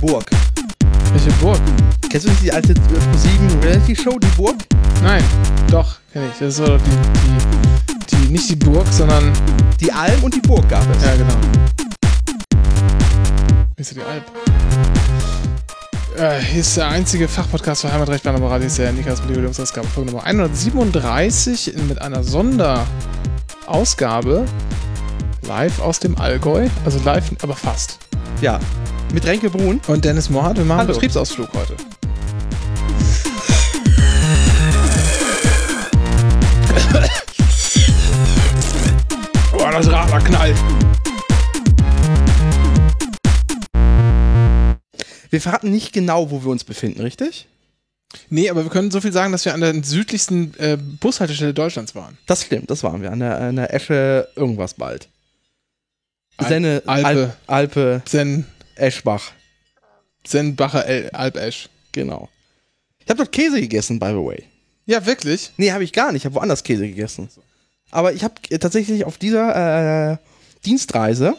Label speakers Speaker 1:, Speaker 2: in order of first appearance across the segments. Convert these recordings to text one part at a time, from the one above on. Speaker 1: Burg.
Speaker 2: Welche Burg?
Speaker 1: Kennst du nicht die alte Pro7 Reality Show, die Burg?
Speaker 2: Nein, doch, kenne ich. Das war doch die, die, die, nicht die Burg, sondern,
Speaker 1: Die Alm und die Burg gab es.
Speaker 2: ja genau. Ist ja die Alp. Äh, hier ist der einzige Fachpodcast für Heimatrecht bei Nummer Radio, ist der Nikas mit Jubiläumsausgabe, Folge Nummer 137 in- mit einer Sonderausgabe live aus dem Allgäu, also live, aber fast.
Speaker 1: Ja. Mit Renke Brun.
Speaker 2: Und Dennis Mohrhardt, wir machen
Speaker 1: Hallo.
Speaker 2: Betriebsausflug heute. Boah, das Rad war knallt.
Speaker 1: Wir verraten nicht genau, wo wir uns befinden, richtig?
Speaker 2: Nee, aber wir können so viel sagen, dass wir an der südlichsten äh, Bushaltestelle Deutschlands waren.
Speaker 1: Das stimmt, das waren wir. An der, an der Esche irgendwas bald. Senne,
Speaker 2: Alpe.
Speaker 1: Alp- Alpe,
Speaker 2: Zen,
Speaker 1: Eschbach.
Speaker 2: Zenbacher El Alpesch.
Speaker 1: Genau. Ich habe dort Käse gegessen, by the way.
Speaker 2: Ja, wirklich?
Speaker 1: Nee, habe ich gar nicht. Ich habe woanders Käse gegessen. Aber ich habe tatsächlich auf dieser äh, Dienstreise,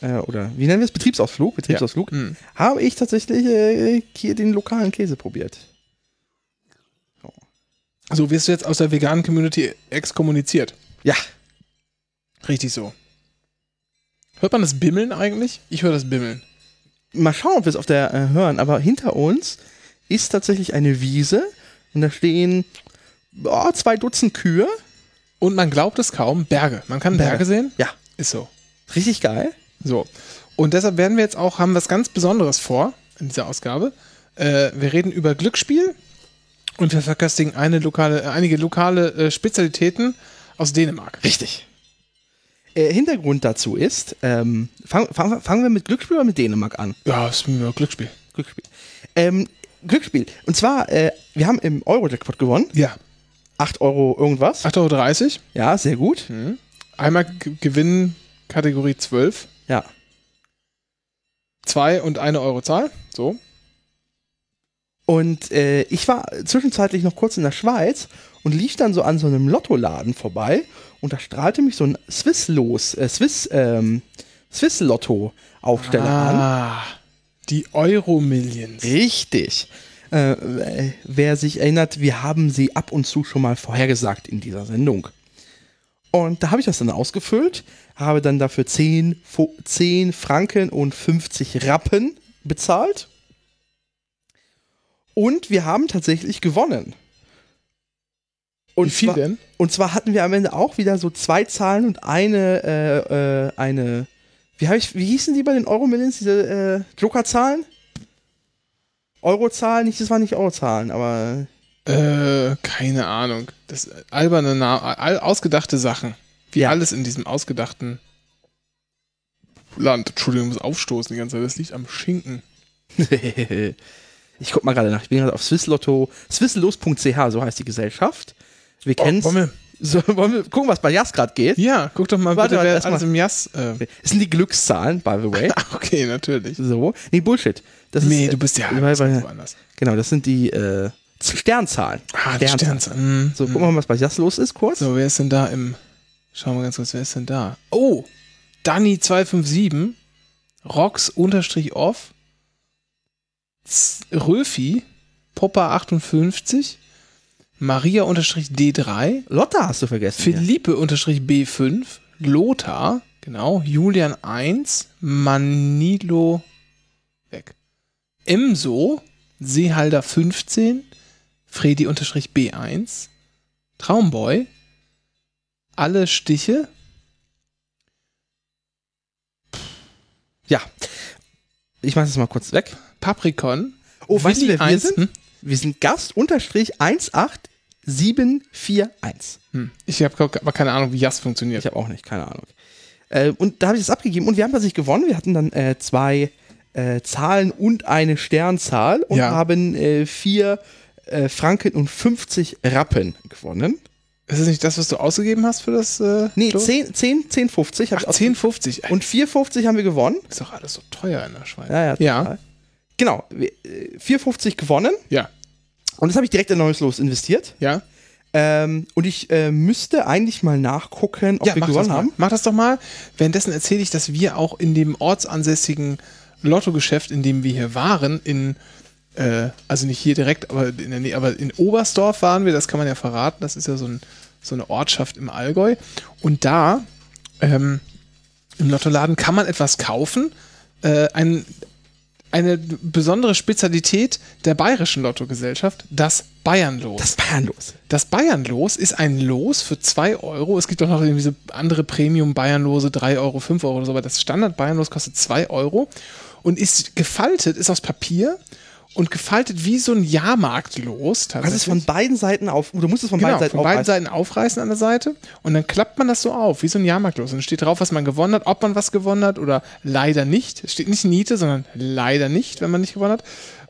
Speaker 1: äh, oder wie nennen wir es? Betriebsausflug. Betriebsausflug.
Speaker 2: Hm.
Speaker 1: Habe ich tatsächlich äh, hier den lokalen Käse probiert.
Speaker 2: So wirst du jetzt aus der veganen Community exkommuniziert.
Speaker 1: Ja.
Speaker 2: Richtig so. Hört man das Bimmeln eigentlich? Ich höre das Bimmeln.
Speaker 1: Mal schauen, ob wir es auf der äh, hören. Aber hinter uns ist tatsächlich eine Wiese und da stehen boah, zwei Dutzend Kühe.
Speaker 2: Und man glaubt es kaum, Berge. Man kann Berge sehen?
Speaker 1: Ja.
Speaker 2: Ist so.
Speaker 1: Richtig geil.
Speaker 2: So. Und deshalb werden wir jetzt auch, haben was ganz Besonderes vor in dieser Ausgabe. Äh, wir reden über Glücksspiel und wir verköstigen eine lokale, äh, einige lokale äh, Spezialitäten aus Dänemark.
Speaker 1: Richtig. Äh, Hintergrund dazu ist, ähm, fang, fang, fangen wir mit Glücksspiel oder mit Dänemark an?
Speaker 2: Ja, ist ein Glücksspiel.
Speaker 1: Glücksspiel. Ähm, Glücksspiel. Und zwar, äh, wir haben im Euro-Jackpot gewonnen.
Speaker 2: Ja.
Speaker 1: 8 Euro irgendwas.
Speaker 2: 8,30 Euro.
Speaker 1: Ja, sehr gut.
Speaker 2: Einmal G- Gewinn Kategorie 12.
Speaker 1: Ja.
Speaker 2: Zwei und eine Euro Zahl. So.
Speaker 1: Und äh, ich war zwischenzeitlich noch kurz in der Schweiz und lief dann so an so einem Lottoladen vorbei und da strahlte mich so ein Swiss-Los, äh, Swiss, ähm, Swiss-Lotto-Aufsteller an.
Speaker 2: Ah. Die Euro-Millions.
Speaker 1: Richtig. Äh, äh, wer sich erinnert, wir haben sie ab und zu schon mal vorhergesagt in dieser Sendung. Und da habe ich das dann ausgefüllt, habe dann dafür 10, Fo- 10 Franken und 50 Rappen bezahlt. Und wir haben tatsächlich gewonnen. Und
Speaker 2: Wie viel
Speaker 1: zwar-
Speaker 2: denn?
Speaker 1: und zwar hatten wir am Ende auch wieder so zwei Zahlen und eine, äh, äh, eine, wie, hab ich, wie hießen die bei den Euro-Millions, diese äh, Joker-Zahlen? Euro-Zahlen, nicht, das waren nicht Euro-Zahlen, aber
Speaker 2: Äh, keine Ahnung. Das alberne Namen, all, ausgedachte Sachen. Wie
Speaker 1: Ja.
Speaker 2: alles in diesem ausgedachten Land. Entschuldigung, ich muss aufstoßen die ganze Zeit. Das liegt am Schinken.
Speaker 1: ich guck mal gerade nach, ich bin gerade auf Swisslotto, swisslos.ch, so heißt die Gesellschaft. Wir
Speaker 2: Oh,
Speaker 1: kennen es.
Speaker 2: Bommel.
Speaker 1: so, wollen wir gucken, was bei Jas gerade geht?
Speaker 2: Ja, guck doch mal,
Speaker 1: Warte
Speaker 2: bitte,
Speaker 1: mal,
Speaker 2: wer
Speaker 1: erst
Speaker 2: alles
Speaker 1: mal.
Speaker 2: im Jas. Äh,
Speaker 1: Das sind die Glückszahlen, by the way.
Speaker 2: okay, natürlich.
Speaker 1: So, nee, Bullshit. Das
Speaker 2: nee,
Speaker 1: ist,
Speaker 2: du bist ja
Speaker 1: äh, weil, weil,
Speaker 2: woanders.
Speaker 1: Genau, das sind die äh, Sternzahlen.
Speaker 2: Ah, die Sternzahlen. Mhm.
Speaker 1: So, gucken wir mal, was bei Jas los ist, kurz.
Speaker 2: So, wer ist denn da im. Schauen wir ganz kurz, wer ist denn da? Oh! Danny257, Rox-Off, Z- Röfi, Popper58, Maria-D3,
Speaker 1: Lotta hast du vergessen. ja.
Speaker 2: Philippe-B5, Lothar, genau, Julian1, Manilo, weg. Emso, Seehalder15, Freddy-B1, Traumboy, alle Stiche,
Speaker 1: Ja. Ich mach das mal kurz weg.
Speaker 2: Paprikon,
Speaker 1: Oh, weißt du, wer wir
Speaker 2: 1,
Speaker 1: sind?
Speaker 2: Hm?
Speaker 1: Wir sind Gast unterstrich 18741.
Speaker 2: Hm. Ich habe aber keine Ahnung, wie Jas
Speaker 1: Ich
Speaker 2: funktioniert.
Speaker 1: habe auch nicht, keine Ahnung. Äh, und da habe ich das abgegeben und wir haben tatsächlich gewonnen. Wir hatten dann äh, zwei äh, Zahlen und eine Sternzahl und
Speaker 2: Ja.
Speaker 1: haben äh, vier äh, Franken und 50 Rappen gewonnen.
Speaker 2: Ist das nicht das, was du ausgegeben hast für das? Äh,
Speaker 1: Nee,
Speaker 2: Los?
Speaker 1: 10, 10, 10, 50 habe
Speaker 2: Ach,
Speaker 1: ich ausgegeben.
Speaker 2: 10,50.
Speaker 1: Und 4,50 haben wir gewonnen.
Speaker 2: ist doch alles so teuer in der Schweiz.
Speaker 1: Ja, ja,
Speaker 2: ja.
Speaker 1: total. Genau, wir, äh, 4,50 gewonnen.
Speaker 2: ja.
Speaker 1: Und das habe ich direkt in neues Los investiert.
Speaker 2: ja.
Speaker 1: Ähm, und ich äh, müsste eigentlich mal nachgucken, ob wir
Speaker 2: mach das
Speaker 1: gewonnen
Speaker 2: mal.
Speaker 1: haben.
Speaker 2: Mach das doch mal. Währenddessen erzähle ich, dass wir auch in dem ortsansässigen Lottogeschäft, in dem wir hier waren, in, äh, also nicht hier direkt, aber in, der Nähe, aber in Oberstdorf waren wir, das kann man ja verraten, das ist ja so, ein, so eine Ortschaft im Allgäu. Und da, ähm, im Lottoladen kann man etwas kaufen, äh, ein, eine besondere Spezialität der bayerischen Lottogesellschaft, das Bayernlos.
Speaker 1: Das Bayern los.
Speaker 2: Das Bayernlos ist ein Los für 2 Euro. Es gibt auch noch irgendwie so andere Premium-Bayernlose, 3 Euro, 5 Euro oder so, aber das Standard-Bayernlos kostet 2 Euro und ist gefaltet, ist aus Papier und gefaltet wie so ein Jahrmarktlos.
Speaker 1: Das ist Also von beiden Seiten auf. Du musst es von
Speaker 2: genau,
Speaker 1: beiden Seiten
Speaker 2: von beiden
Speaker 1: aufreißen.
Speaker 2: Seiten aufreißen an der Seite und dann klappt man das so auf, wie so ein Jahrmarktlos. Und dann steht drauf, was man gewonnen hat, ob man was gewonnen hat oder leider nicht. Es steht nicht Niete, sondern leider nicht, wenn man nicht gewonnen hat.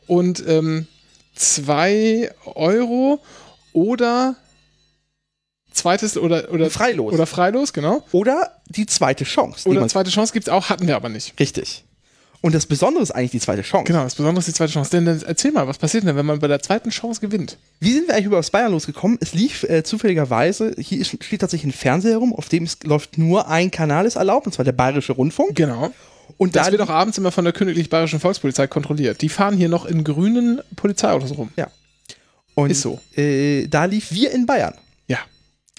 Speaker 2: Und ähm, 2 Euro oder zweites oder, oder
Speaker 1: Freilos.
Speaker 2: Oder Freilos, genau.
Speaker 1: Oder die zweite Chance. die
Speaker 2: Oder
Speaker 1: man-
Speaker 2: zweite Chance gibt es auch, hatten wir aber nicht.
Speaker 1: Richtig. Und das Besondere ist eigentlich die zweite Chance.
Speaker 2: Genau, das Besondere ist die zweite Chance. Denn dann erzähl mal, was passiert denn, wenn man bei der zweiten Chance gewinnt?
Speaker 1: Wie sind wir eigentlich über das Bayern losgekommen? Es lief äh, zufälligerweise, hier ist, steht tatsächlich ein Fernseher rum, auf dem es läuft nur ein Kanal ist erlaubt, und zwar der Bayerische Rundfunk.
Speaker 2: Genau.
Speaker 1: Und
Speaker 2: Das
Speaker 1: da
Speaker 2: wird auch abends immer von der Königlich Bayerischen Volkspolizei kontrolliert. Die fahren hier noch in grünen Polizeiautos rum.
Speaker 1: und,
Speaker 2: ist so.
Speaker 1: Äh, da lief wir in Bayern.
Speaker 2: Ja.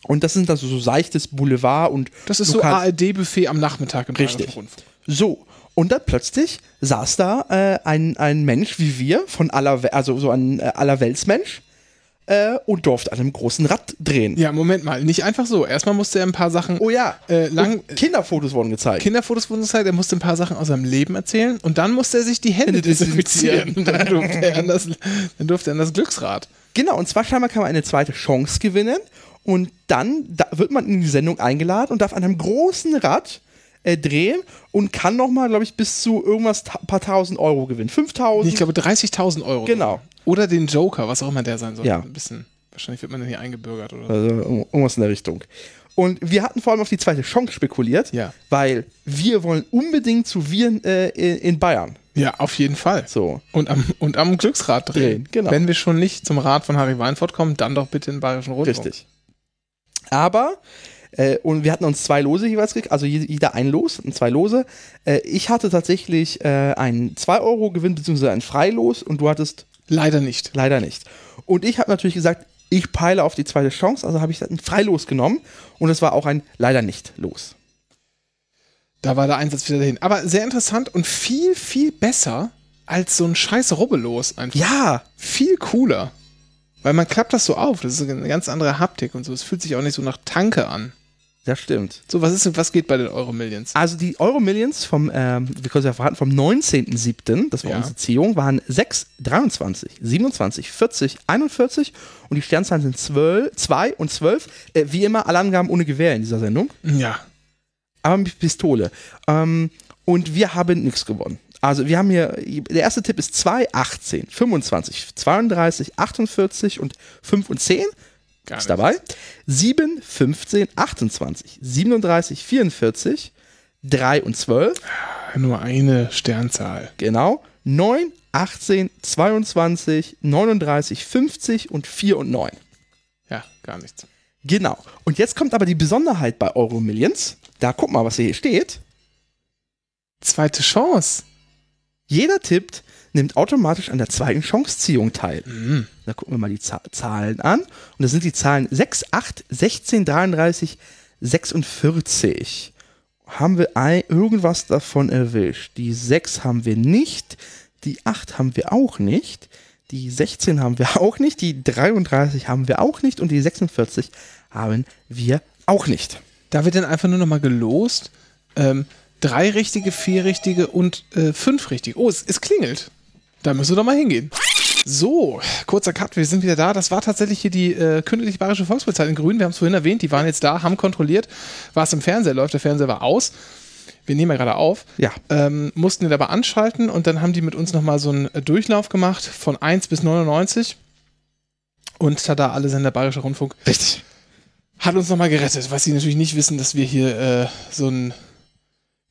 Speaker 1: Und das sind also so seichtes Boulevard und
Speaker 2: Das ist
Speaker 1: Du
Speaker 2: so
Speaker 1: kannst-
Speaker 2: ARD-Buffet am Nachmittag im
Speaker 1: Richtig.
Speaker 2: Bayerischen Rundfunk.
Speaker 1: so. Und dann plötzlich saß da äh, ein, ein Mensch wie wir, von aller, We- also so ein äh, Allerweltsmensch, äh, und durfte an einem großen Rad drehen.
Speaker 2: Ja, Moment mal. Nicht einfach so. Erstmal musste er ein paar Sachen.
Speaker 1: Oh ja,
Speaker 2: Äh, lang-
Speaker 1: Und Kinderfotos wurden gezeigt.
Speaker 2: Kinderfotos wurden gezeigt, er musste ein paar Sachen aus seinem Leben erzählen und dann musste er sich die Hände desinfizieren. Dann durfte, er an das, dann durfte er an das Glücksrad.
Speaker 1: Genau, und zwar scheinbar kann man eine zweite Chance gewinnen und dann da wird man in die Sendung eingeladen und darf an einem großen Rad äh, drehen und kann nochmal, glaube ich, bis zu irgendwas ta paar tausend Euro gewinnen.
Speaker 2: Ich
Speaker 1: 5000.
Speaker 2: glaube 30.000 Euro.
Speaker 1: Genau.
Speaker 2: Oder den Joker, was auch immer der sein soll.
Speaker 1: Ja.
Speaker 2: Ein bisschen. Wahrscheinlich wird man dann hier eingebürgert oder so.
Speaker 1: Also ir- irgendwas in der Richtung. Und wir hatten vor allem auf die zweite Chance spekuliert,
Speaker 2: Ja.
Speaker 1: weil wir wollen unbedingt zu Viren äh, in in Bayern.
Speaker 2: Ja, auf jeden Fall.
Speaker 1: So.
Speaker 2: Und am, und am Glücksrad drehen.
Speaker 1: Drehen, genau.
Speaker 2: Wenn wir schon nicht zum Rad von Harry Weinfurt kommen, dann doch bitte in den Bayerischen Rundfunk.
Speaker 1: Richtig. Aber, äh, und wir hatten uns zwei Lose jeweils gekriegt, also je- jeder ein Los und zwei Lose. Äh, ich hatte tatsächlich äh, einen 2-Euro-Gewinn bzw. ein Freilos und du hattest
Speaker 2: Leider nicht.
Speaker 1: leider nicht. Und ich habe natürlich gesagt, ich peile auf die zweite Chance, also habe ich ein Freilos genommen und es war auch ein leider nicht Los.
Speaker 2: Da war der Einsatz wieder dahin. Aber sehr interessant und viel, viel besser als so ein scheiß Rubbellos einfach.
Speaker 1: Ja,
Speaker 2: Viel cooler. Weil man klappt das so auf. Das ist eine ganz andere Haptik und so. Es fühlt sich auch nicht so nach Tanke an.
Speaker 1: das stimmt.
Speaker 2: So, was ist denn, was geht bei den Euro Millions?
Speaker 1: Also die Euro Millions vom, ähm, wir können es ja verraten, vom 19.07., das war
Speaker 2: Ja.
Speaker 1: unsere Ziehung, waren 6, 23, 27, 40, 41 und die Sternzahlen sind 12, 2 und 12. Äh, wie immer, alle Angaben ohne Gewehr in dieser Sendung,
Speaker 2: Ja.
Speaker 1: aber mit Pistole. Ähm, und wir haben nichts gewonnen. Also wir haben hier, der erste Tipp ist 2, 18, 25, 32, 48 und 5 und 10
Speaker 2: Gar
Speaker 1: ist dabei. 7, 15, 28, 37, 44, 3 und 12.
Speaker 2: Nur eine Sternzahl.
Speaker 1: Genau. 9, 18, 22, 39, 50 und 4 und 9.
Speaker 2: Ja, gar nichts.
Speaker 1: Genau. Und jetzt kommt aber die Besonderheit bei Euro Millions. Da guck mal, was hier steht.
Speaker 2: Zweite Chance.
Speaker 1: Jeder tippt, nimmt automatisch an der zweiten Chanceziehung teil.
Speaker 2: Mhm.
Speaker 1: Da gucken wir mal die Za- Zahlen an. Und das sind die Zahlen 6, 8, 16, 33, 46. Haben wir ein, irgendwas davon erwischt? Die 6 haben wir nicht. Die 8 haben wir auch nicht. Die 16 haben wir auch nicht. Die 33 haben wir auch nicht. Und die 46 haben wir auch nicht.
Speaker 2: Da wird dann einfach nur nochmal gelost. Ähm, drei richtige, vier richtige und äh, fünf richtige. Oh, es, es klingelt. Da müssen wir doch mal hingehen. So, kurzer Cut, wir sind wieder da. Das war tatsächlich hier die äh, Königlich Bayerische Volkspolizei in Grün. Wir haben es vorhin erwähnt, die waren jetzt da, haben kontrolliert, was im Fernseher läuft. Der Fernseher war aus. Wir nehmen ja gerade auf.
Speaker 1: Ja.
Speaker 2: Ähm, mussten den aber anschalten und dann haben die mit uns nochmal so einen äh, Durchlauf gemacht von 1 bis 99. Und tada, alle Sender Bayerischer Rundfunk
Speaker 1: Richtig.
Speaker 2: hat uns nochmal gerettet, was sie natürlich nicht wissen, dass wir hier äh, so ein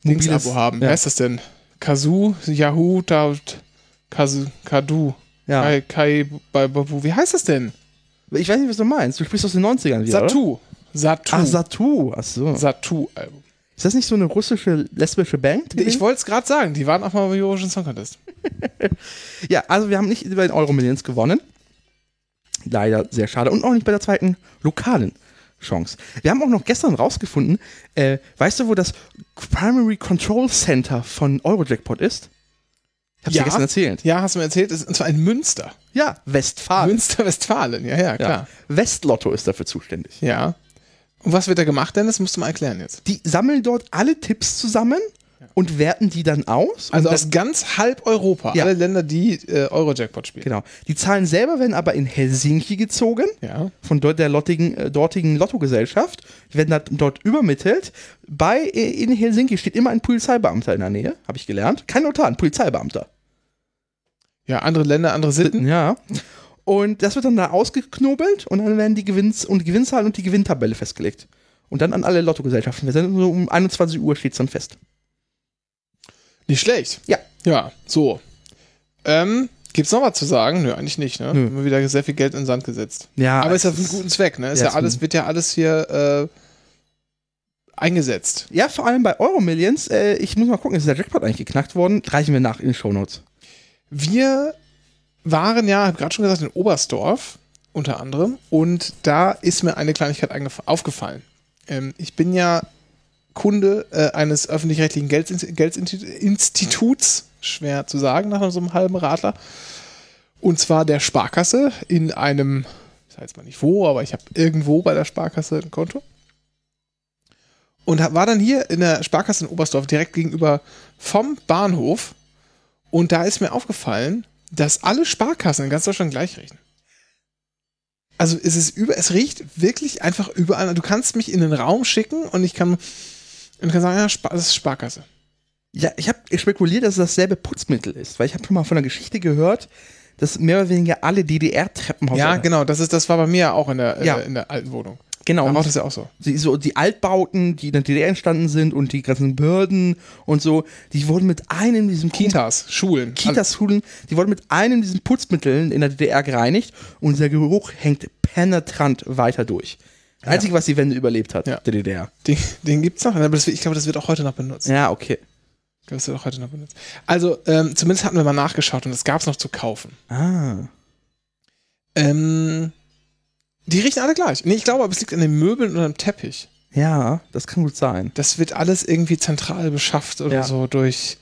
Speaker 1: Mobiles-
Speaker 2: Dings-Abo haben.
Speaker 1: ja.
Speaker 2: Wer ist das denn? Kazoo, Yahoo, da, Kazoo, Kadu,
Speaker 1: Ja.
Speaker 2: Kai, Kai, bei, Babu. Wie heißt das denn?
Speaker 1: Ich weiß nicht, was du meinst. Du sprichst aus den 90ern wieder.
Speaker 2: Satu. Satu.
Speaker 1: Oder? Ach, Satu. Ach so.
Speaker 2: Satu-Album.
Speaker 1: Ist Ist das nicht so eine russische lesbische Band?
Speaker 2: Ich wollte es gerade sagen, die waren auch mal beim Eurovision Song Contest.
Speaker 1: ja, also wir haben nicht bei den Euro-Millions gewonnen. Leider sehr schade. Und auch nicht bei der zweiten lokalen Chance. Wir haben auch noch gestern rausgefunden, äh, weißt du, wo das Primary Control Center von Eurojackpot ist? Ich hab's dir gestern erzählt.
Speaker 2: Ja, hast du mir erzählt, es ist und zwar in Münster.
Speaker 1: Ja, Westfalen.
Speaker 2: Münster-Westfalen, ja, ja,
Speaker 1: Ah. Ja.
Speaker 2: klar.
Speaker 1: Westlotto ist dafür zuständig.
Speaker 2: Ja. Und was wird da gemacht, Dennis? Musst du mal erklären jetzt.
Speaker 1: Die sammeln dort alle Tipps zusammen und werten die dann aus.
Speaker 2: Also
Speaker 1: und
Speaker 2: aus ganz halb Europa,
Speaker 1: Ja.
Speaker 2: alle Länder, die äh, Eurojackpot spielen.
Speaker 1: Genau. Die Zahlen selber werden aber in Helsinki gezogen,
Speaker 2: Ja.
Speaker 1: von dort der lottigen, äh, dortigen Lottogesellschaft. Die werden dat- dort übermittelt. Bei, äh, in Helsinki steht immer ein Polizeibeamter in der Nähe, habe ich gelernt. Kein Notar, ein Polizeibeamter.
Speaker 2: Ja, andere Länder, andere Sitten.
Speaker 1: Ja. Und das wird dann da ausgeknobelt und dann werden die Gewinns und die Gewinnzahlen und die Gewinntabelle festgelegt. Und dann an alle Lottogesellschaften. Wir sind so um 21 Uhr steht es dann fest.
Speaker 2: Nicht schlecht.
Speaker 1: Ja.
Speaker 2: Ja, so. Ähm, gibt's noch was zu sagen? Nö, eigentlich nicht, ne?
Speaker 1: Nö.
Speaker 2: Haben wir wieder sehr viel Geld in den Sand gesetzt.
Speaker 1: Ja.
Speaker 2: Aber ist ja
Speaker 1: es
Speaker 2: für einen guten Zweck, ne? Ist
Speaker 1: Ja,
Speaker 2: ja,
Speaker 1: ist
Speaker 2: alles,
Speaker 1: ein-
Speaker 2: wird ja alles hier äh, eingesetzt.
Speaker 1: Ja, vor allem bei Euro-Millions. Äh, ich muss mal gucken, ist der Jackpot eigentlich geknackt worden? Reichen wir nach in den Shownotes.
Speaker 2: Wir waren ja, habe gerade schon gesagt, in Oberstdorf unter anderem und da ist mir eine Kleinigkeit eingef- aufgefallen. Ähm, ich bin ja Kunde äh, eines öffentlich-rechtlichen Geldin- Geldinstituts, schwer zu sagen nach so einem halben Radler, und zwar der Sparkasse in einem, ich sage jetzt mal nicht wo, aber ich habe irgendwo bei der Sparkasse ein Konto. Und hab- war dann hier in der Sparkasse in Oberstdorf direkt gegenüber vom Bahnhof und da ist mir aufgefallen, dass alle Sparkassen in ganz Deutschland gleich riechen. Also es ist über, es riecht wirklich einfach überall. Du kannst mich in den Raum schicken und ich kann, und kann sagen, ja, Spa- das ist Sparkasse.
Speaker 1: Ja, ich habe spekuliert, dass es dasselbe Putzmittel ist, weil ich habe schon mal von der Geschichte gehört, dass mehr oder weniger alle DDR-Treppenhäuser.
Speaker 2: ja, genau. Das ist, das war bei mir ja auch in der, äh,
Speaker 1: Ja.
Speaker 2: in der alten Wohnung.
Speaker 1: genau.
Speaker 2: Da
Speaker 1: Und
Speaker 2: raucht es ja auch so.
Speaker 1: die, so die Altbauten, die in der DDR entstanden sind und die ganzen Behörden und so, die wurden mit einem diesem
Speaker 2: Kitas, Schulen. Also,
Speaker 1: Kitashulen, die wurden mit einem diesen Putzmitteln in der DDR gereinigt und dieser Geruch hängt penetrant weiter durch. Das Einzige, was die Wende überlebt hat,
Speaker 2: Ja.
Speaker 1: der DDR.
Speaker 2: den, den gibt's noch. Aber das, ich glaube, das wird auch heute noch benutzt.
Speaker 1: Ja, okay.
Speaker 2: Ich glaube, Das wird auch heute noch benutzt. Also ähm, zumindest hatten wir mal nachgeschaut und das gab's noch zu kaufen.
Speaker 1: Ah.
Speaker 2: Ähm, die riechen alle gleich. Nee, ich glaube, aber es liegt an den Möbeln oder am Teppich.
Speaker 1: Ja, das kann gut sein.
Speaker 2: Das wird alles irgendwie zentral beschafft oder
Speaker 1: Ja.
Speaker 2: so durch.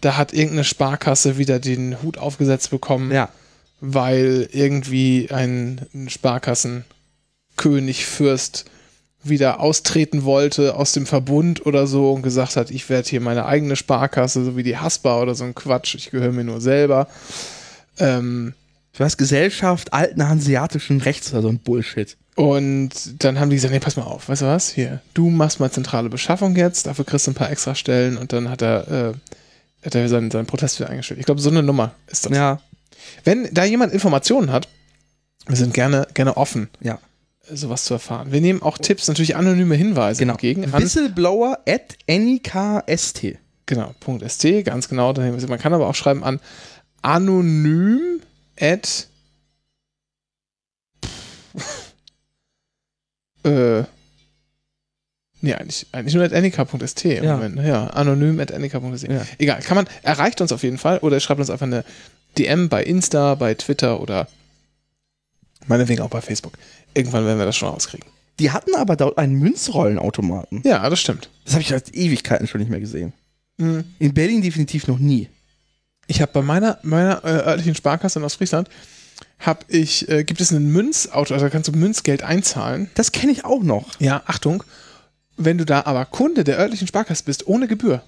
Speaker 2: Da hat irgendeine Sparkasse wieder den Hut aufgesetzt bekommen,
Speaker 1: Ja.
Speaker 2: weil irgendwie ein, ein Sparkassenkönig, Fürst wieder austreten wollte aus dem Verbund oder so und gesagt hat, ich werde hier meine eigene Sparkasse, so wie die Haspa oder so ein Quatsch, ich gehöre mir nur selber. Ähm,
Speaker 1: Du hast Gesellschaft alten hanseatischen Rechts oder so ein Bullshit.
Speaker 2: Und dann haben die gesagt, nee, pass mal auf, weißt du was? Hier, du machst mal zentrale Beschaffung jetzt, dafür kriegst du ein paar extra Stellen und dann hat er, äh, hat er seinen, seinen Protest wieder eingestellt. Ich glaube, so eine Nummer ist das.
Speaker 1: Ja.
Speaker 2: Wenn da jemand Informationen hat, wir sind gerne, gerne offen,
Speaker 1: Ja.
Speaker 2: sowas zu erfahren. Wir nehmen auch Tipps, natürlich anonyme Hinweise
Speaker 1: Genau.
Speaker 2: entgegen. An,
Speaker 1: Whistleblower at NIKST.
Speaker 2: genau, Punkt ST, ganz genau. Dann nehmen wir sie. Man kann aber auch schreiben an anonym at äh, nee, eigentlich, eigentlich nur at nika.st im
Speaker 1: Ja.
Speaker 2: Moment. ne? Ja, anonym at nika.st.
Speaker 1: Ja.
Speaker 2: Egal, kann man, erreicht uns auf jeden Fall oder schreibt uns einfach eine DM bei Insta, bei Twitter oder meinetwegen auch bei Facebook. Irgendwann werden wir das schon rauskriegen.
Speaker 1: Die hatten aber dort einen Münzrollenautomaten.
Speaker 2: Ja, das stimmt.
Speaker 1: Das habe ich seit Ewigkeiten schon nicht mehr gesehen. In Berlin definitiv noch nie.
Speaker 2: Ich habe bei meiner, meiner äh, örtlichen Sparkasse in Ostfriesland, hab ich, äh, gibt es einen Münzauto, also da kannst du Münzgeld einzahlen.
Speaker 1: Das kenne ich auch noch.
Speaker 2: Ja, Achtung. Wenn du da aber Kunde der örtlichen Sparkasse bist, ohne Gebühr.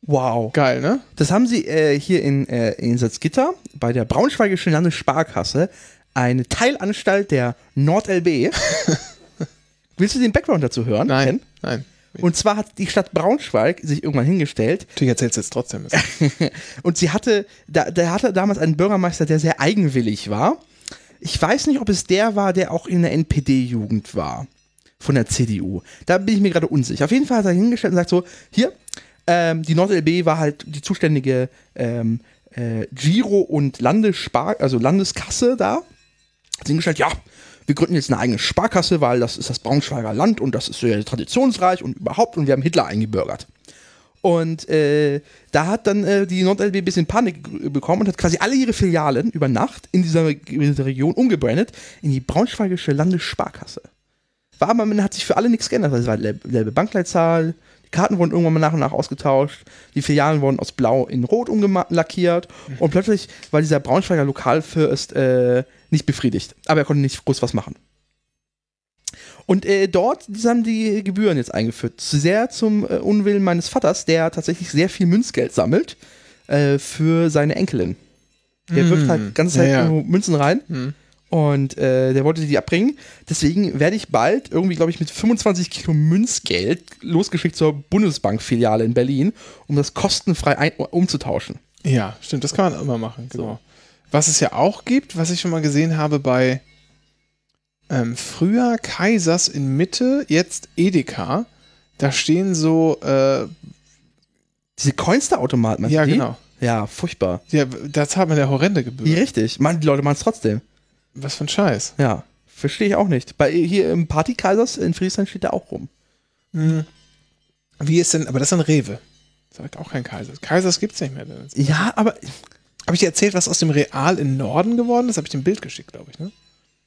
Speaker 1: Wow.
Speaker 2: Geil, ne?
Speaker 1: Das haben sie äh, hier in, äh, in Salzgitter bei der Braunschweigischen Landessparkasse, eine Teilanstalt der NordLB. Willst du den Background dazu hören?
Speaker 2: Nein.
Speaker 1: Ken?
Speaker 2: Nein.
Speaker 1: Und zwar hat die Stadt Braunschweig sich irgendwann hingestellt
Speaker 2: Natürlich erzählst du jetzt trotzdem. Mist.
Speaker 1: und sie hatte, da, der hatte damals einen Bürgermeister, der sehr eigenwillig war. Ich weiß nicht, ob es der war, der auch in der NPD-Jugend war. Von der CDU. Da bin ich mir gerade unsicher. Auf jeden Fall hat er hingestellt und sagt so: Hier, ähm, die NordLB war halt die zuständige ähm, äh, Giro- und Landesspar also Landeskasse da. Hat sie hingestellt: Ja, wir gründen jetzt eine eigene Sparkasse, weil das ist das Braunschweiger Land und das ist sehr traditionsreich und überhaupt und wir haben Hitler eingebürgert. Und äh, da hat dann äh, die NordLB ein bisschen Panik gr- bekommen und hat quasi alle ihre Filialen über Nacht in dieser, Re- in dieser Region umgebrandet in die Braunschweigische Landessparkasse. War aber man hat sich für alle nichts geändert. Es war dieselbe Bankleitzahl, die Karten wurden irgendwann mal nach und nach ausgetauscht, die Filialen wurden aus Blau in Rot umlackiert und plötzlich war dieser Braunschweiger Lokalfürst äh, nicht befriedigt. Aber er konnte nicht groß was machen. Und äh, dort die haben die Gebühren jetzt eingeführt. Sehr zum äh, Unwillen meines Vaters, der tatsächlich sehr viel Münzgeld sammelt äh, für seine Enkelin. Der wirft halt ganze Zeit
Speaker 2: Hm. Ja, ja.
Speaker 1: nur Münzen rein
Speaker 2: Hm.
Speaker 1: und äh, der wollte die abbringen. Deswegen werde ich bald irgendwie, glaube ich, mit 25 Kilo Münzgeld losgeschickt zur Bundesbank-Filiale in Berlin, um das kostenfrei ein um, umzutauschen.
Speaker 2: Ja, stimmt, das kann man immer machen, genau. Was es ja auch gibt, was ich schon mal gesehen habe bei ähm, früher Kaisers in Mitte, jetzt Edeka, da stehen so, äh,
Speaker 1: Diese Coinster-Automat, meinst
Speaker 2: ja
Speaker 1: du die?
Speaker 2: genau,
Speaker 1: Ja, furchtbar.
Speaker 2: ja, da zahlt man ja horrende
Speaker 1: Ja.
Speaker 2: Gebühren.
Speaker 1: Richtig. Man, die Leute machen es trotzdem.
Speaker 2: Was für ein Scheiß.
Speaker 1: Ja. Verstehe ich auch nicht. Bei hier im Partykaisers in Friesland steht da auch rum.
Speaker 2: Hm. Wie ist denn, aber das ist ein Rewe. Sagt auch kein Kaisers. Kaisers gibt's nicht mehr.
Speaker 1: Ja, aber
Speaker 2: Habe ich dir erzählt, was aus dem Real in Norden geworden ist? Habe ich dir ein Bild geschickt, glaube ich, ne?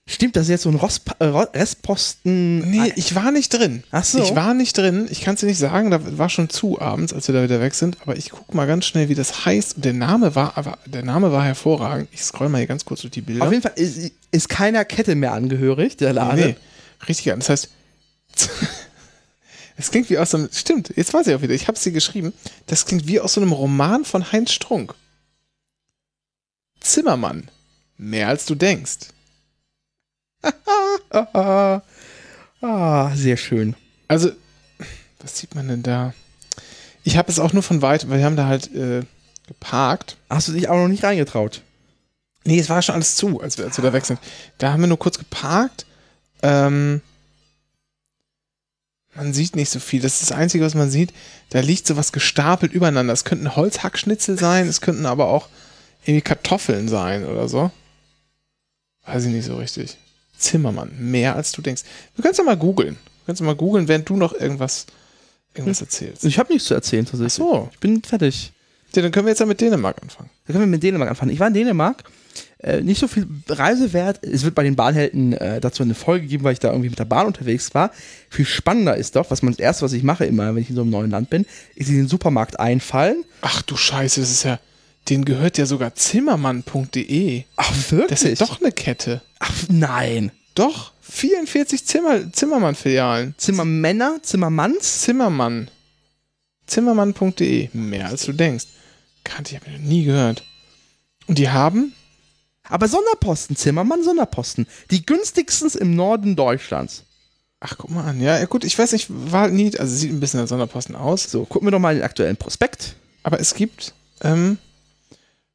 Speaker 1: stimmt, das ist jetzt so ein Rosp äh, Ro- Restposten.
Speaker 2: Nee, ich war nicht drin.
Speaker 1: Ach so.
Speaker 2: Ich war nicht drin. Ich kann es dir nicht sagen. Da war schon zu abends, als wir da wieder weg sind. Aber ich guck mal ganz schnell, wie das heißt. Und der Name war, aber der Name war hervorragend. Ich scroll mal hier ganz kurz durch die Bilder.
Speaker 1: Ah, Auf jeden Fall ist, ist keiner Kette mehr angehörig, der Laden.
Speaker 2: Nee, nee. Richtig an. Das heißt, es klingt wie aus so einem. Stimmt, jetzt weiß ich auch wieder. Ich habe es dir geschrieben. Das klingt wie aus so einem Roman von Heinz Strunk. Zimmermann. Mehr als du denkst.
Speaker 1: Ah, ah, sehr schön.
Speaker 2: Also, was sieht man denn da? Ich habe es auch nur von weitem, weil wir haben da halt äh, geparkt.
Speaker 1: Hast du dich auch noch nicht reingetraut?
Speaker 2: Nee, es war schon alles zu, als wir, als wir da weg sind. Da haben wir nur kurz geparkt. Ähm, man sieht nicht so viel. Das ist das Einzige, was man sieht. Da liegt sowas gestapelt übereinander. Es könnten Holzhackschnitzel sein, es könnten aber auch irgendwie Kartoffeln sein oder so. Weiß ich nicht so richtig. Zimmermann, mehr als du denkst. Du kannst ja mal googeln. Du kannst ja mal googeln, während du noch irgendwas, irgendwas erzählst.
Speaker 1: Ich habe nichts zu erzählen
Speaker 2: Ach
Speaker 1: tatsächlich.
Speaker 2: so.
Speaker 1: Ich bin fertig.
Speaker 2: Ja, dann können wir jetzt ja mit Dänemark anfangen.
Speaker 1: Da können wir mit Dänemark anfangen. Ich war in Dänemark. Äh, nicht so viel Reisewert. Es wird bei den Bahnhelden äh, dazu eine Folge geben, weil ich da irgendwie mit der Bahn unterwegs war. Viel spannender ist doch, was man das erste, was ich mache immer, wenn ich in so einem neuen Land bin, ist in den Supermarkt einfallen.
Speaker 2: Ach du Scheiße, das ist ja. Dem gehört ja sogar Zimmermann.de.
Speaker 1: Ach, wirklich?
Speaker 2: Das ist doch eine Kette.
Speaker 1: Ach, nein.
Speaker 2: Doch, 44 Zimmer, Zimmermann-Filialen.
Speaker 1: Zimmermänner, Zimmermanns?
Speaker 2: Zimmermann. Zimmermann.de. Mehr als du denkst. Kannte ich, habe ich noch nie gehört. Und die haben?
Speaker 1: Aber Sonderposten, Zimmermann, Sonderposten. Die günstigsten im Norden Deutschlands.
Speaker 2: Ach, guck mal an. Ja, ja, gut, ich weiß nicht, war halt nie, also sieht ein bisschen nach Sonderposten aus.
Speaker 1: So, gucken wir doch mal den aktuellen Prospekt.
Speaker 2: Aber es gibt ähm,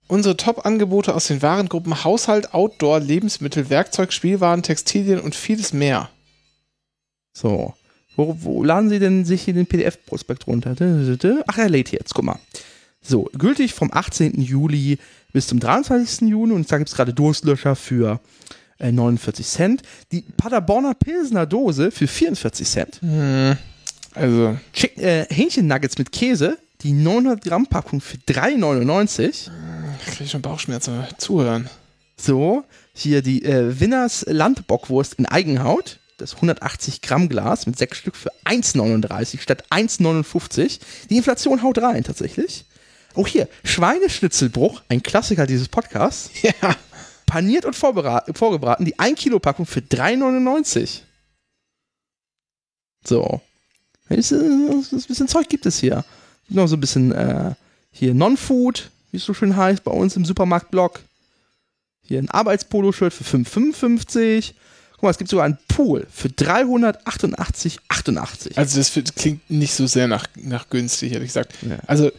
Speaker 2: unsere Top-Angebote aus den Warengruppen Haushalt, Outdoor, Lebensmittel, Werkzeug, Spielwaren, Textilien und vieles mehr.
Speaker 1: So. Wo, wo laden Sie denn sich hier den PDF-Prospekt runter? Ach, er lädt jetzt, guck mal. So, gültig vom 18. Juli bis zum 23. Juni und da gibt es gerade Durstlöscher für äh, 49 Cent. Die Paderborner Pilsner Dose für 44 Cent.
Speaker 2: Mhm. Hm. Also,
Speaker 1: Chick, äh, Hähnchen-Nuggets mit Käse, die 900 Gramm Packung für 3,99.
Speaker 2: da kriege ich schon Bauchschmerzen beim Zuhören.
Speaker 1: So, hier die äh, Winners Landbockwurst in Eigenhaut. Das 180 Gramm Glas mit sechs Stück für 1,39 statt 1,59. Die Inflation haut rein tatsächlich. Oh hier, Schweineschnitzelbruch, ein Klassiker dieses Podcasts.
Speaker 2: Ja.
Speaker 1: Paniert und vorbera- vorgebraten, die 1 Kilo Packung für 3,99. So. Ist, äh, Ein bisschen Zeug gibt es hier. Noch so ein bisschen äh, hier Non-Food, wie es so schön heißt, bei uns im Supermarktblock. Hier ein Arbeitspoloshirt für 5,55. Guck mal, es gibt sogar einen Pool für 388,88.
Speaker 2: Also das wird- klingt nicht so sehr nach, nach günstig, ehrlich gesagt.
Speaker 1: Ja.
Speaker 2: Also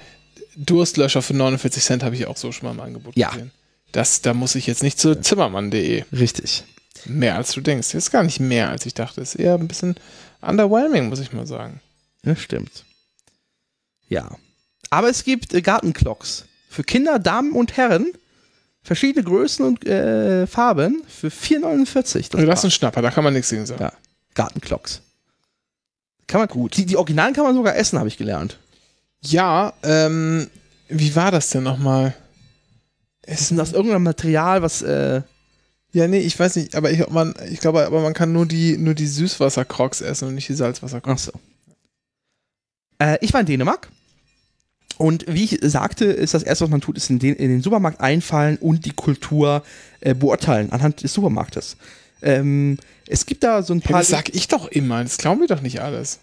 Speaker 2: Durstlöscher für 49 Cent habe ich auch so schon mal im Angebot
Speaker 1: Ja.
Speaker 2: gesehen. Das, da muss ich jetzt nicht zu zimmermann.de.
Speaker 1: Richtig.
Speaker 2: Mehr als du denkst. Jetzt gar nicht mehr, als ich dachte. Ist eher ein bisschen underwhelming, muss ich mal sagen.
Speaker 1: Ja, stimmt. Ja. Aber es gibt äh, Gartenclocks für Kinder, Damen und Herren Verschiedene Größen und äh, Farben für 4,49.
Speaker 2: Du hast
Speaker 1: war-
Speaker 2: einen Schnapper, da kann man nichts gegen sagen.
Speaker 1: ja, Gartenklocks. Kann man gut. Die, die Originalen kann man sogar essen, habe ich gelernt.
Speaker 2: Ja, ähm, wie war das denn nochmal?
Speaker 1: Ist denn das irgendein Material, was. Äh,
Speaker 2: Ja, nee, ich weiß nicht, aber ich, ob man, ich glaube, aber man kann nur die, nur die Süßwasser-Crocs essen und nicht die Salzwasser-Crocs.
Speaker 1: Ach so. Äh, ich war in Dänemark. Und wie ich sagte, ist das erste, was man tut, ist in den, in den Supermarkt einfallen und die Kultur äh, beurteilen anhand des Supermarktes. Ähm, es gibt da so ein
Speaker 2: Hey,
Speaker 1: paar.
Speaker 2: das sag ich doch immer, das glauben wir doch nicht alles.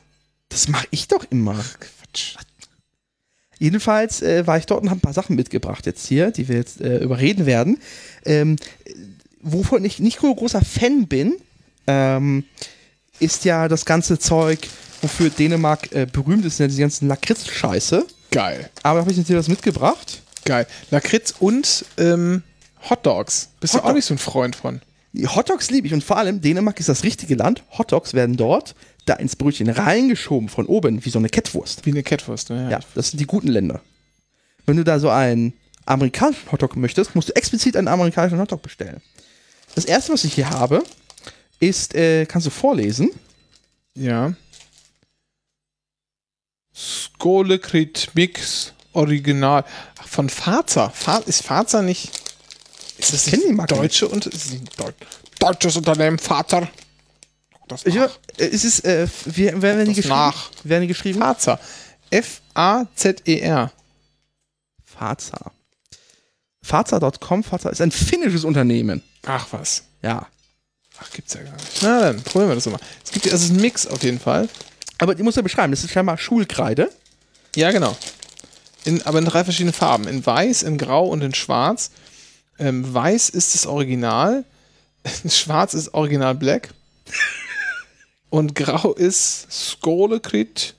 Speaker 1: das mache ich doch immer.
Speaker 2: Quatsch.
Speaker 1: Jedenfalls äh, war ich dort und habe ein paar Sachen mitgebracht jetzt hier, die wir jetzt äh, überreden werden. Ähm, äh, wovon ich nicht nur großer Fan bin, ähm, ist ja das ganze Zeug, wofür Dänemark äh, berühmt ist, sind ja diese ganzen Lakritz-Scheiße.
Speaker 2: Geil,
Speaker 1: Aber habe ich jetzt hier was mitgebracht?
Speaker 2: geil. Lakritz und ähm, Hotdogs. Bist du
Speaker 1: Hotdog.
Speaker 2: auch nicht so ein Freund von?
Speaker 1: Die Hotdogs liebe ich und vor allem Dänemark ist das richtige Land. Hotdogs werden dort da ins Brötchen reingeschoben von oben, wie so eine Kettwurst.
Speaker 2: Wie eine Catwurst, ne?
Speaker 1: Ja, das sind die guten Länder. Wenn du da so einen amerikanischen Hotdog möchtest, musst du explizit einen amerikanischen Hotdog bestellen. Das erste, was ich hier habe, ist, äh, kannst du vorlesen?
Speaker 2: Ja. Skolekrit Mix Original. Ach, von Fazer. Fa ist Fazer nicht. Ist das
Speaker 1: kenn die
Speaker 2: nicht
Speaker 1: Marke
Speaker 2: deutsche und ist das nicht Deut deutsches Unternehmen Fazer? Guck Das
Speaker 1: Ich, äh,
Speaker 2: nach.
Speaker 1: es ist, äh, f- wie, werden die
Speaker 2: Das
Speaker 1: geschrieben?
Speaker 2: nach.
Speaker 1: Werden die geschrieben?
Speaker 2: Fazer. F A Z E R.
Speaker 1: Faza. Faza.com, Faza ist ein finnisches Unternehmen.
Speaker 2: Ach was.
Speaker 1: Ja.
Speaker 2: Ach, gibt's ja gar nicht. Na dann, probieren wir das mal. Es gibt ja, es ist ein Mix auf jeden Fall.
Speaker 1: Aber ich muss ja beschreiben, das ist scheinbar Schulkreide.
Speaker 2: Ja, genau. In, aber in drei verschiedenen Farben. In weiß, in grau und in schwarz. Ähm, weiß ist das Original. schwarz ist Original Black. und grau ist Skolekrit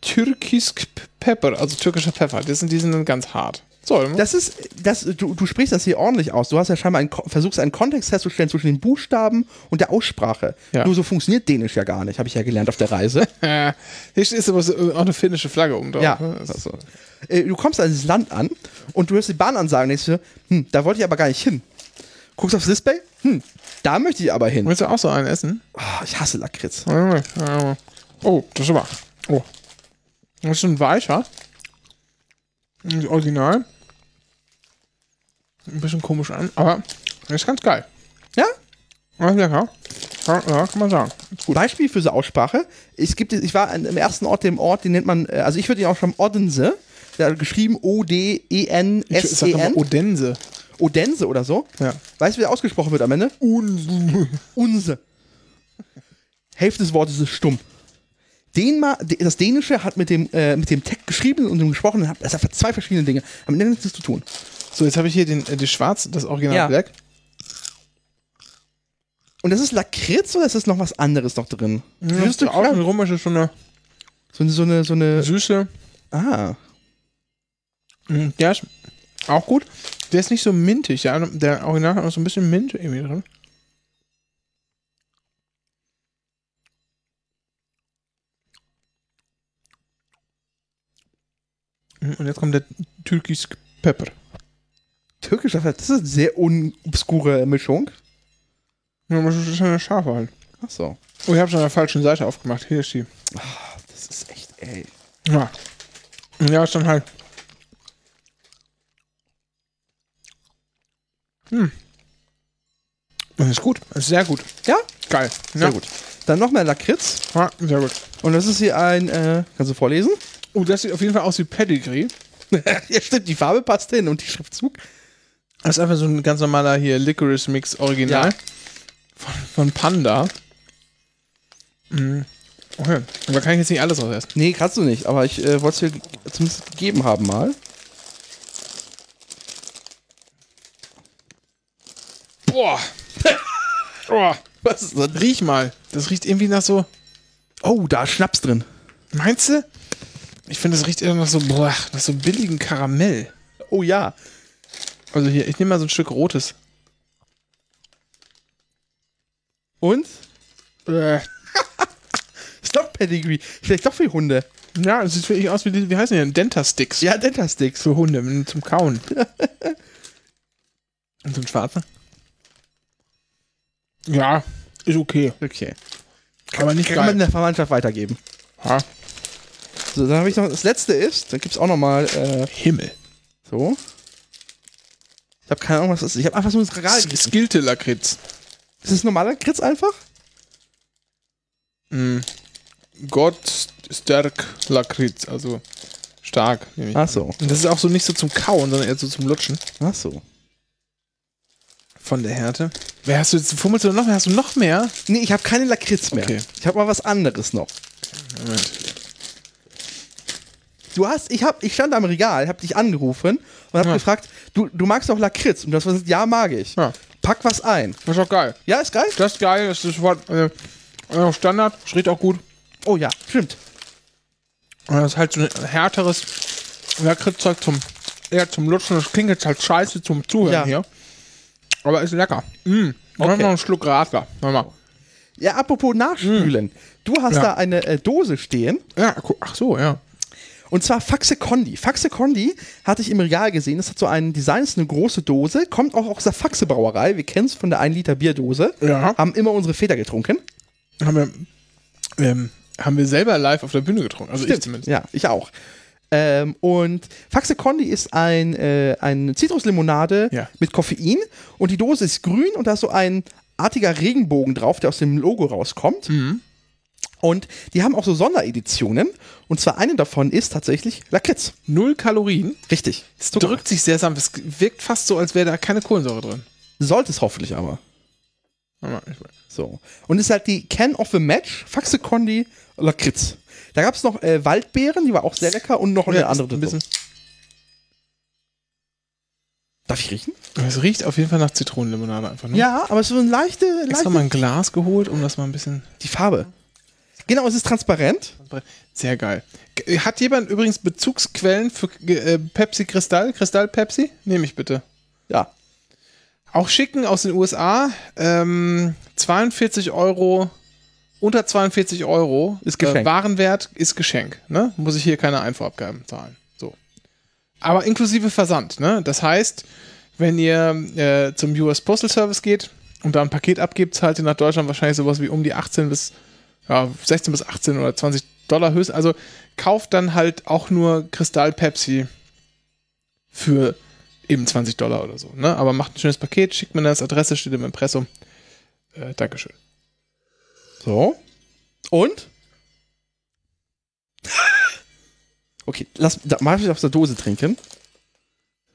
Speaker 2: Türkisk Pepper, also türkischer Pfeffer. Das sind, die sind dann ganz hart. So, dann-
Speaker 1: Das ist, das, du, du sprichst das hier ordentlich aus. Du hast ja scheinbar einen, Ko- versuchst einen Kontext herzustellen zwischen den Buchstaben und der Aussprache.
Speaker 2: Ja.
Speaker 1: Nur so funktioniert Dänisch ja gar nicht, habe ich ja gelernt auf der Reise.
Speaker 2: äh, hier ist aber so, äh, auch eine finnische Flagge oben drauf.
Speaker 1: Ja,
Speaker 2: ne? Das-
Speaker 1: also. Äh, du kommst an dieses Land an und du hörst die Bahnansagen und denkst dir, hm, da wollte ich aber gar nicht hin. Guckst aufs Display, hm, da möchte ich aber hin.
Speaker 2: Willst du auch so einen essen?
Speaker 1: Ah, ich hasse Lakritz.
Speaker 2: Oh, das ist aber. Oh. Das ist ein weicher. Das Original. Ein bisschen komisch an, aber das ist ganz geil.
Speaker 1: Ja?
Speaker 2: Das ist lecker. Ja, ja, kann man sagen. Ist gut.
Speaker 1: Beispiel für so Aussprache. Es gibt, ich war an- im ersten Ort, dem Ort, den nennt man, äh, also ich würde ihn auch schon Odense, da geschrieben E
Speaker 2: Ich sag doch mal
Speaker 1: O-D-E-N-S-E-N,
Speaker 2: Odense.
Speaker 1: Odense oder so.
Speaker 2: Ja.
Speaker 1: Weißt du, wie der ausgesprochen wird am Ende? Unse. Hälfte des Wortes ist stumm. Dänma, das Dänische hat mit dem, äh, mit dem Text geschriebenen und dem gesprochenen, hat- das hat zwei verschiedene Dinge. Haben mit nichts zu tun.
Speaker 2: So, jetzt habe ich hier den, äh, die Schwarz, das Original
Speaker 1: Ja.
Speaker 2: Black.
Speaker 1: Und das ist Lakritz oder ist das noch was anderes noch drin? Würdest du
Speaker 2: auch
Speaker 1: Mhm. klar,
Speaker 2: rum ist es schon eine
Speaker 1: so, eine- so eine, so eine,
Speaker 2: süße.
Speaker 1: ah,
Speaker 2: Mhm, Der ist auch gut. Der ist nicht so mintig. Der, der Original hat noch so ein bisschen Mint irgendwie drin. Mhm, Und jetzt kommt der türkisch Pepper.
Speaker 1: türkischer, Pfeffer. das ist eine sehr unobskure Mischung.
Speaker 2: Ja, das ist eine Schafe halt.
Speaker 1: Ach so.
Speaker 2: Oh, ich habe es an der falschen Seite aufgemacht. Hier ist die.
Speaker 1: Das ist echt, ey.
Speaker 2: Ja. Ja, ist dann halt. Hm. Das ist gut. Das ist sehr gut.
Speaker 1: Ja?
Speaker 2: Geil.
Speaker 1: Sehr gut. Dann noch mehr Lakritz.
Speaker 2: Ja, sehr gut.
Speaker 1: Und das ist hier ein, äh, kannst du vorlesen?
Speaker 2: Oh, das sieht auf jeden Fall aus wie Pedigree.
Speaker 1: ja, stimmt, die Farbe passt hin und die Schriftzug.
Speaker 2: Das ist einfach so ein ganz normaler hier Licorice Mix Original
Speaker 1: Ja.
Speaker 2: von, von Panda. Mhm. Okay. Aber kann ich jetzt nicht alles ausessen?
Speaker 1: Nee, kannst du nicht, aber ich äh, wollte es dir ge- zumindest gegeben haben mal.
Speaker 2: Boah. Boah.
Speaker 1: Was ist das?
Speaker 2: Riech mal. Das riecht irgendwie nach so.
Speaker 1: Oh, da ist Schnaps drin.
Speaker 2: Meinst du? Ich finde, das riecht eher nach so, boah, nach so billigen Karamell.
Speaker 1: Oh ja.
Speaker 2: Also hier, ich nehme mal so ein Stück rotes.
Speaker 1: Und?
Speaker 2: Äh.
Speaker 1: Stop Pedigree. Vielleicht doch für Hunde.
Speaker 2: Ja, es sieht wirklich aus wie, die- wie heißen die denn? Dentasticks.
Speaker 1: Ja, Dentasticks.
Speaker 2: Für Hunde, m, zum Kauen. Und so ein schwarzer? Ja, ist okay.
Speaker 1: Okay.
Speaker 2: Aber nicht
Speaker 1: Kann man
Speaker 2: geil.
Speaker 1: in der Verwandtschaft weitergeben.
Speaker 2: Ha,
Speaker 1: So, dann habe ich noch, das letzte ist, dann gibt es auch nochmal, äh,
Speaker 2: Himmel.
Speaker 1: so. Ich habe keine Ahnung, was das ist. Ich habe einfach nur ins Regal.
Speaker 2: S- Skillte Lakritz.
Speaker 1: Ist das normaler Kritz einfach?
Speaker 2: Mm. Gott stark Lakritz, also stark. Nämlich.
Speaker 1: Ach so.
Speaker 2: Und das ist auch so nicht so zum Kauen, sondern eher so zum Lutschen
Speaker 1: Ach so.
Speaker 2: von der Härte. Wer hast du jetzt fummelst du noch mehr? Hast du noch mehr?
Speaker 1: Nee, ich habe keine Lakritz mehr.
Speaker 2: Okay.
Speaker 1: Ich habe mal was anderes noch. Du hast, ich hab, ich stand am Regal, hab dich angerufen und hab
Speaker 2: Ja.
Speaker 1: gefragt, du, du magst doch Lakritz? Und das war ja, mag ich.
Speaker 2: Ja.
Speaker 1: Pack was ein.
Speaker 2: Das ist auch geil.
Speaker 1: Ja, ist geil?
Speaker 2: Das ist geil, das ist sofort äh, äh, Standard, schritt auch gut.
Speaker 1: Oh ja, stimmt.
Speaker 2: Und das ist halt so ein härteres Lakritzzeug zum, eher zum Lutschen. Das klingt jetzt halt scheiße zum Zuhören
Speaker 1: Ja.
Speaker 2: hier. Aber ist lecker. Mm. Mach
Speaker 1: Okay.
Speaker 2: mal einen Schluck Radler. Mach mal.
Speaker 1: Ja, apropos Nachspülen. Du hast
Speaker 2: Hm. Ja.
Speaker 1: da eine äh, Dose stehen.
Speaker 2: Ja, gu- ach so, ja.
Speaker 1: Und zwar Faxe Condi. Faxe Condi hatte ich im Regal gesehen. Das hat so einen Design, ist eine große Dose. Kommt auch aus der Faxe Brauerei. Wir kennen es von der 1 Liter Bierdose.
Speaker 2: Ja.
Speaker 1: Haben immer unsere Väter getrunken.
Speaker 2: Haben wir, ähm, haben wir selber live auf der Bühne getrunken. Also ich
Speaker 1: Stimmt.
Speaker 2: zumindest.
Speaker 1: Ja, ich auch. Ähm, und Faxe Condi ist ein, äh, eine Zitruslimonade
Speaker 2: Ja.
Speaker 1: mit Koffein und die Dose ist grün und da ist so ein artiger Regenbogen drauf, der aus dem Logo rauskommt.
Speaker 2: Mhm.
Speaker 1: Und die haben auch so Sondereditionen und zwar eine davon ist tatsächlich Lakritz.
Speaker 2: Null Kalorien.
Speaker 1: Richtig.
Speaker 2: Es
Speaker 1: Zucker.
Speaker 2: drückt sich sehr sanft. Es wirkt fast so, als wäre da keine Kohlensäure drin.
Speaker 1: Sollte es hoffentlich aber.
Speaker 2: Warte mal, ich-
Speaker 1: So. Und es ist halt die Can of the Match, Faxe Condi Lakritz. Da gab es noch äh, Waldbeeren, die war auch sehr lecker und noch eine
Speaker 2: Ja,
Speaker 1: andere.
Speaker 2: ist ein bisschen-
Speaker 1: Darf ich riechen?
Speaker 2: Es riecht auf jeden Fall nach Zitronenlimonade einfach. Ne?
Speaker 1: Ja, aber es ist so eine leichte,
Speaker 2: Extra
Speaker 1: leichte
Speaker 2: mal ein Glas geholt, um das mal ein bisschen.
Speaker 1: die Farbe. Genau, es ist transparent.
Speaker 2: Sehr geil. G- Hat jemand übrigens Bezugsquellen für äh, Pepsi Kristall? Kristall Pepsi? Nehme ich bitte.
Speaker 1: Ja.
Speaker 2: Auch schicken aus den USA. Ähm, 42 Euro. Unter 42 Euro.
Speaker 1: Ist Geschenk.
Speaker 2: Äh, Warenwert ist Geschenk. Ne? Muss ich hier keine Einfuhrabgaben zahlen. So. Aber inklusive Versand. Ne? Das heißt, wenn ihr äh, zum US Postal Service geht und da ein Paket abgibt, zahlt ihr nach Deutschland wahrscheinlich sowas wie um die 18 bis ja, 16 bis 18 oder 20 Dollar höchst. Also kauft dann halt auch nur Kristall Pepsi für eben 20 Dollar oder so. Ne? Aber macht ein schönes Paket, schickt mir das, Adresse steht im Impressum. Äh, Dankeschön.
Speaker 1: So. Und? Okay, lass, da, mach ich aus der Dose trinken.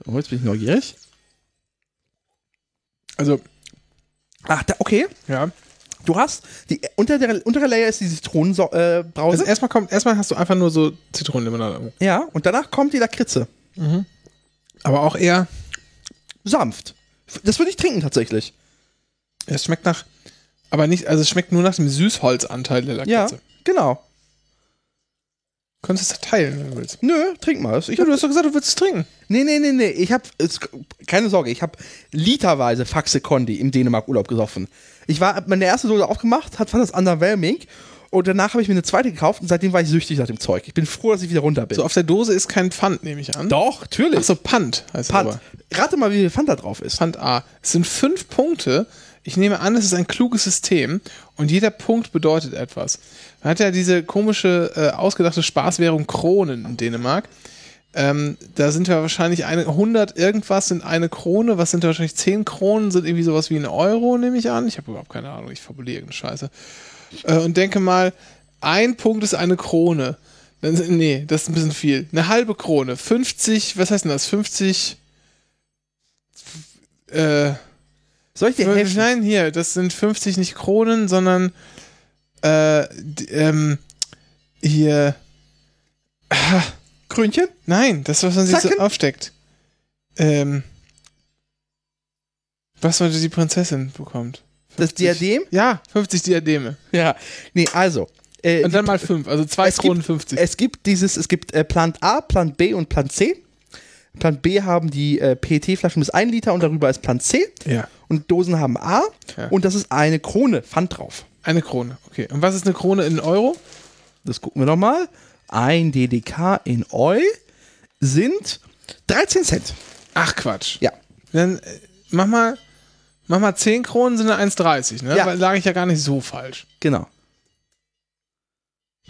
Speaker 1: Oh, jetzt bin ich neugierig.
Speaker 2: Also,
Speaker 1: Ach, Ah, da, okay.
Speaker 2: ja.
Speaker 1: Du hast, die unter der untere Layer ist die Zitronenbrause. Äh,
Speaker 2: Also
Speaker 1: Brause.
Speaker 2: erstmal kommt, erstmal hast du einfach nur so Zitronenlimonade.
Speaker 1: ja, und danach kommt die Lakritze.
Speaker 2: Aber auch eher,
Speaker 1: Sanft. F- Das würde ich trinken tatsächlich.
Speaker 2: es schmeckt nach, aber nicht, also es schmeckt nur nach dem Süßholzanteil der Lakritze.
Speaker 1: Ja, genau.
Speaker 2: Könntest es teilen, wenn du willst.
Speaker 1: Nö, trink mal. Ich hab,
Speaker 2: hast doch gesagt, du willst es trinken.
Speaker 1: nee, nee, nee, nee. Ich habe, keine Sorge, ich habe literweise Faxe Condi im Dänemark-Urlaub gesoffen. Ich war, hab meine erste Dose aufgemacht, hat, fand das underwhelming. Und danach habe ich mir eine zweite gekauft und seitdem war ich süchtig nach dem Zeug. Ich bin froh, dass ich wieder runter bin.
Speaker 2: So, auf der Dose ist kein Pfand, nehme ich an.
Speaker 1: Doch, natürlich.
Speaker 2: Ach so, Pant heißt es
Speaker 1: Pant.
Speaker 2: aber.
Speaker 1: Rate mal, wie viel Pant da drauf ist.
Speaker 2: Pant A. Es sind fünf Punkte. Ich nehme an, es ist ein kluges System und jeder Punkt bedeutet etwas. Man hat ja diese komische, äh, ausgedachte Spaßwährung Kronen in Dänemark. Ähm, da sind wir wahrscheinlich eine, 100 irgendwas sind eine Krone. Was sind da wahrscheinlich 10 Kronen? Sind irgendwie sowas wie ein Euro, nehme ich an. Ich habe überhaupt keine Ahnung. Ich fabuliere irgendeine Scheiße. Äh, und denke mal, ein Punkt ist eine Krone. Dann, sind- nee, das ist ein bisschen viel. Eine halbe Krone. 50, was heißt denn das? 50, äh,
Speaker 1: Soll ich dir
Speaker 2: Fün-
Speaker 1: helfen?
Speaker 2: Nein, hier, das sind 50 nicht Kronen, sondern äh, d- ähm, hier.
Speaker 1: Krönchen?
Speaker 2: Nein, das, was man sich so
Speaker 1: Zacken?
Speaker 2: aufsteckt. Ähm, was man die Prinzessin bekommt.
Speaker 1: Das
Speaker 2: 50.
Speaker 1: Diadem?
Speaker 2: Ja, 50 Diademe.
Speaker 1: Ja. Nee, also. Äh,
Speaker 2: Und dann mal 5, also 2
Speaker 1: Es gibt-
Speaker 2: Kronen 50.
Speaker 1: Es gibt dieses, es gibt äh, Plan A, Plan B und Plan C. Plan B haben die äh, PET-Flaschen bis 1 Liter und darüber ist Plan C.
Speaker 2: ja.
Speaker 1: Und Dosen haben A
Speaker 2: Ja.
Speaker 1: und das ist eine Krone Pfand drauf.
Speaker 2: Eine Krone, okay. Und was ist eine Krone in Euro?
Speaker 1: Das gucken wir nochmal. Ein DDK in Eu sind 13 Cent.
Speaker 2: Ach Quatsch.
Speaker 1: Ja.
Speaker 2: Dann äh, mach mal, mach mal 10 Kronen sind eine 1,30, ne?
Speaker 1: Ja.
Speaker 2: Weil lag ich ja gar nicht so falsch.
Speaker 1: Genau.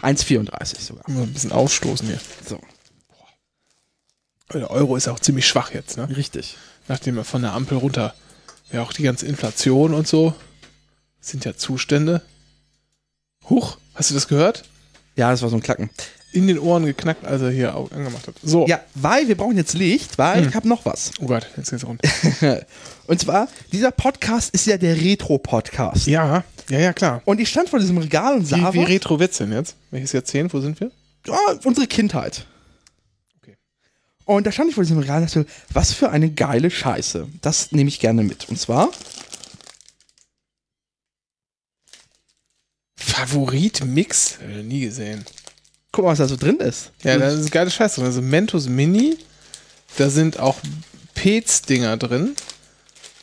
Speaker 1: 1,34 sogar.
Speaker 2: Muss ein bisschen aufstoßen hier.
Speaker 1: So,
Speaker 2: Der Euro ist auch ziemlich schwach jetzt, ne?
Speaker 1: richtig.
Speaker 2: Nachdem er von der Ampel runter. Ja, auch die ganze Inflation und so. Sind ja Zustände. Huch, hast du das gehört?
Speaker 1: Ja, das war so ein Klacken.
Speaker 2: In den Ohren geknackt, als er hier au- angemacht hat. So.
Speaker 1: Ja, weil wir brauchen jetzt Licht, weil ich habe noch was.
Speaker 2: Oh Gott, jetzt geht's rund.
Speaker 1: Und zwar, dieser Podcast ist ja der Retro-Podcast.
Speaker 2: ja, ja, ja, klar.
Speaker 1: Und ich stand vor diesem Regal und
Speaker 2: Wie,
Speaker 1: sah
Speaker 2: wie
Speaker 1: was-
Speaker 2: retro wird's denn jetzt? Welches Jahrzehnt? Wo sind wir?
Speaker 1: ja, unsere Kindheit.
Speaker 2: Okay.
Speaker 1: Und da stand ich vor diesem Regal und dachte, was für eine geile Scheiße. Das nehme ich gerne mit. Und zwar,
Speaker 2: Favorit Mix? Hab ich noch nie gesehen.
Speaker 1: guck mal, was da so drin ist.
Speaker 2: Ja, da ist geile Scheiße drin. Also Mentos Mini, da sind auch Pez-Dinger drin.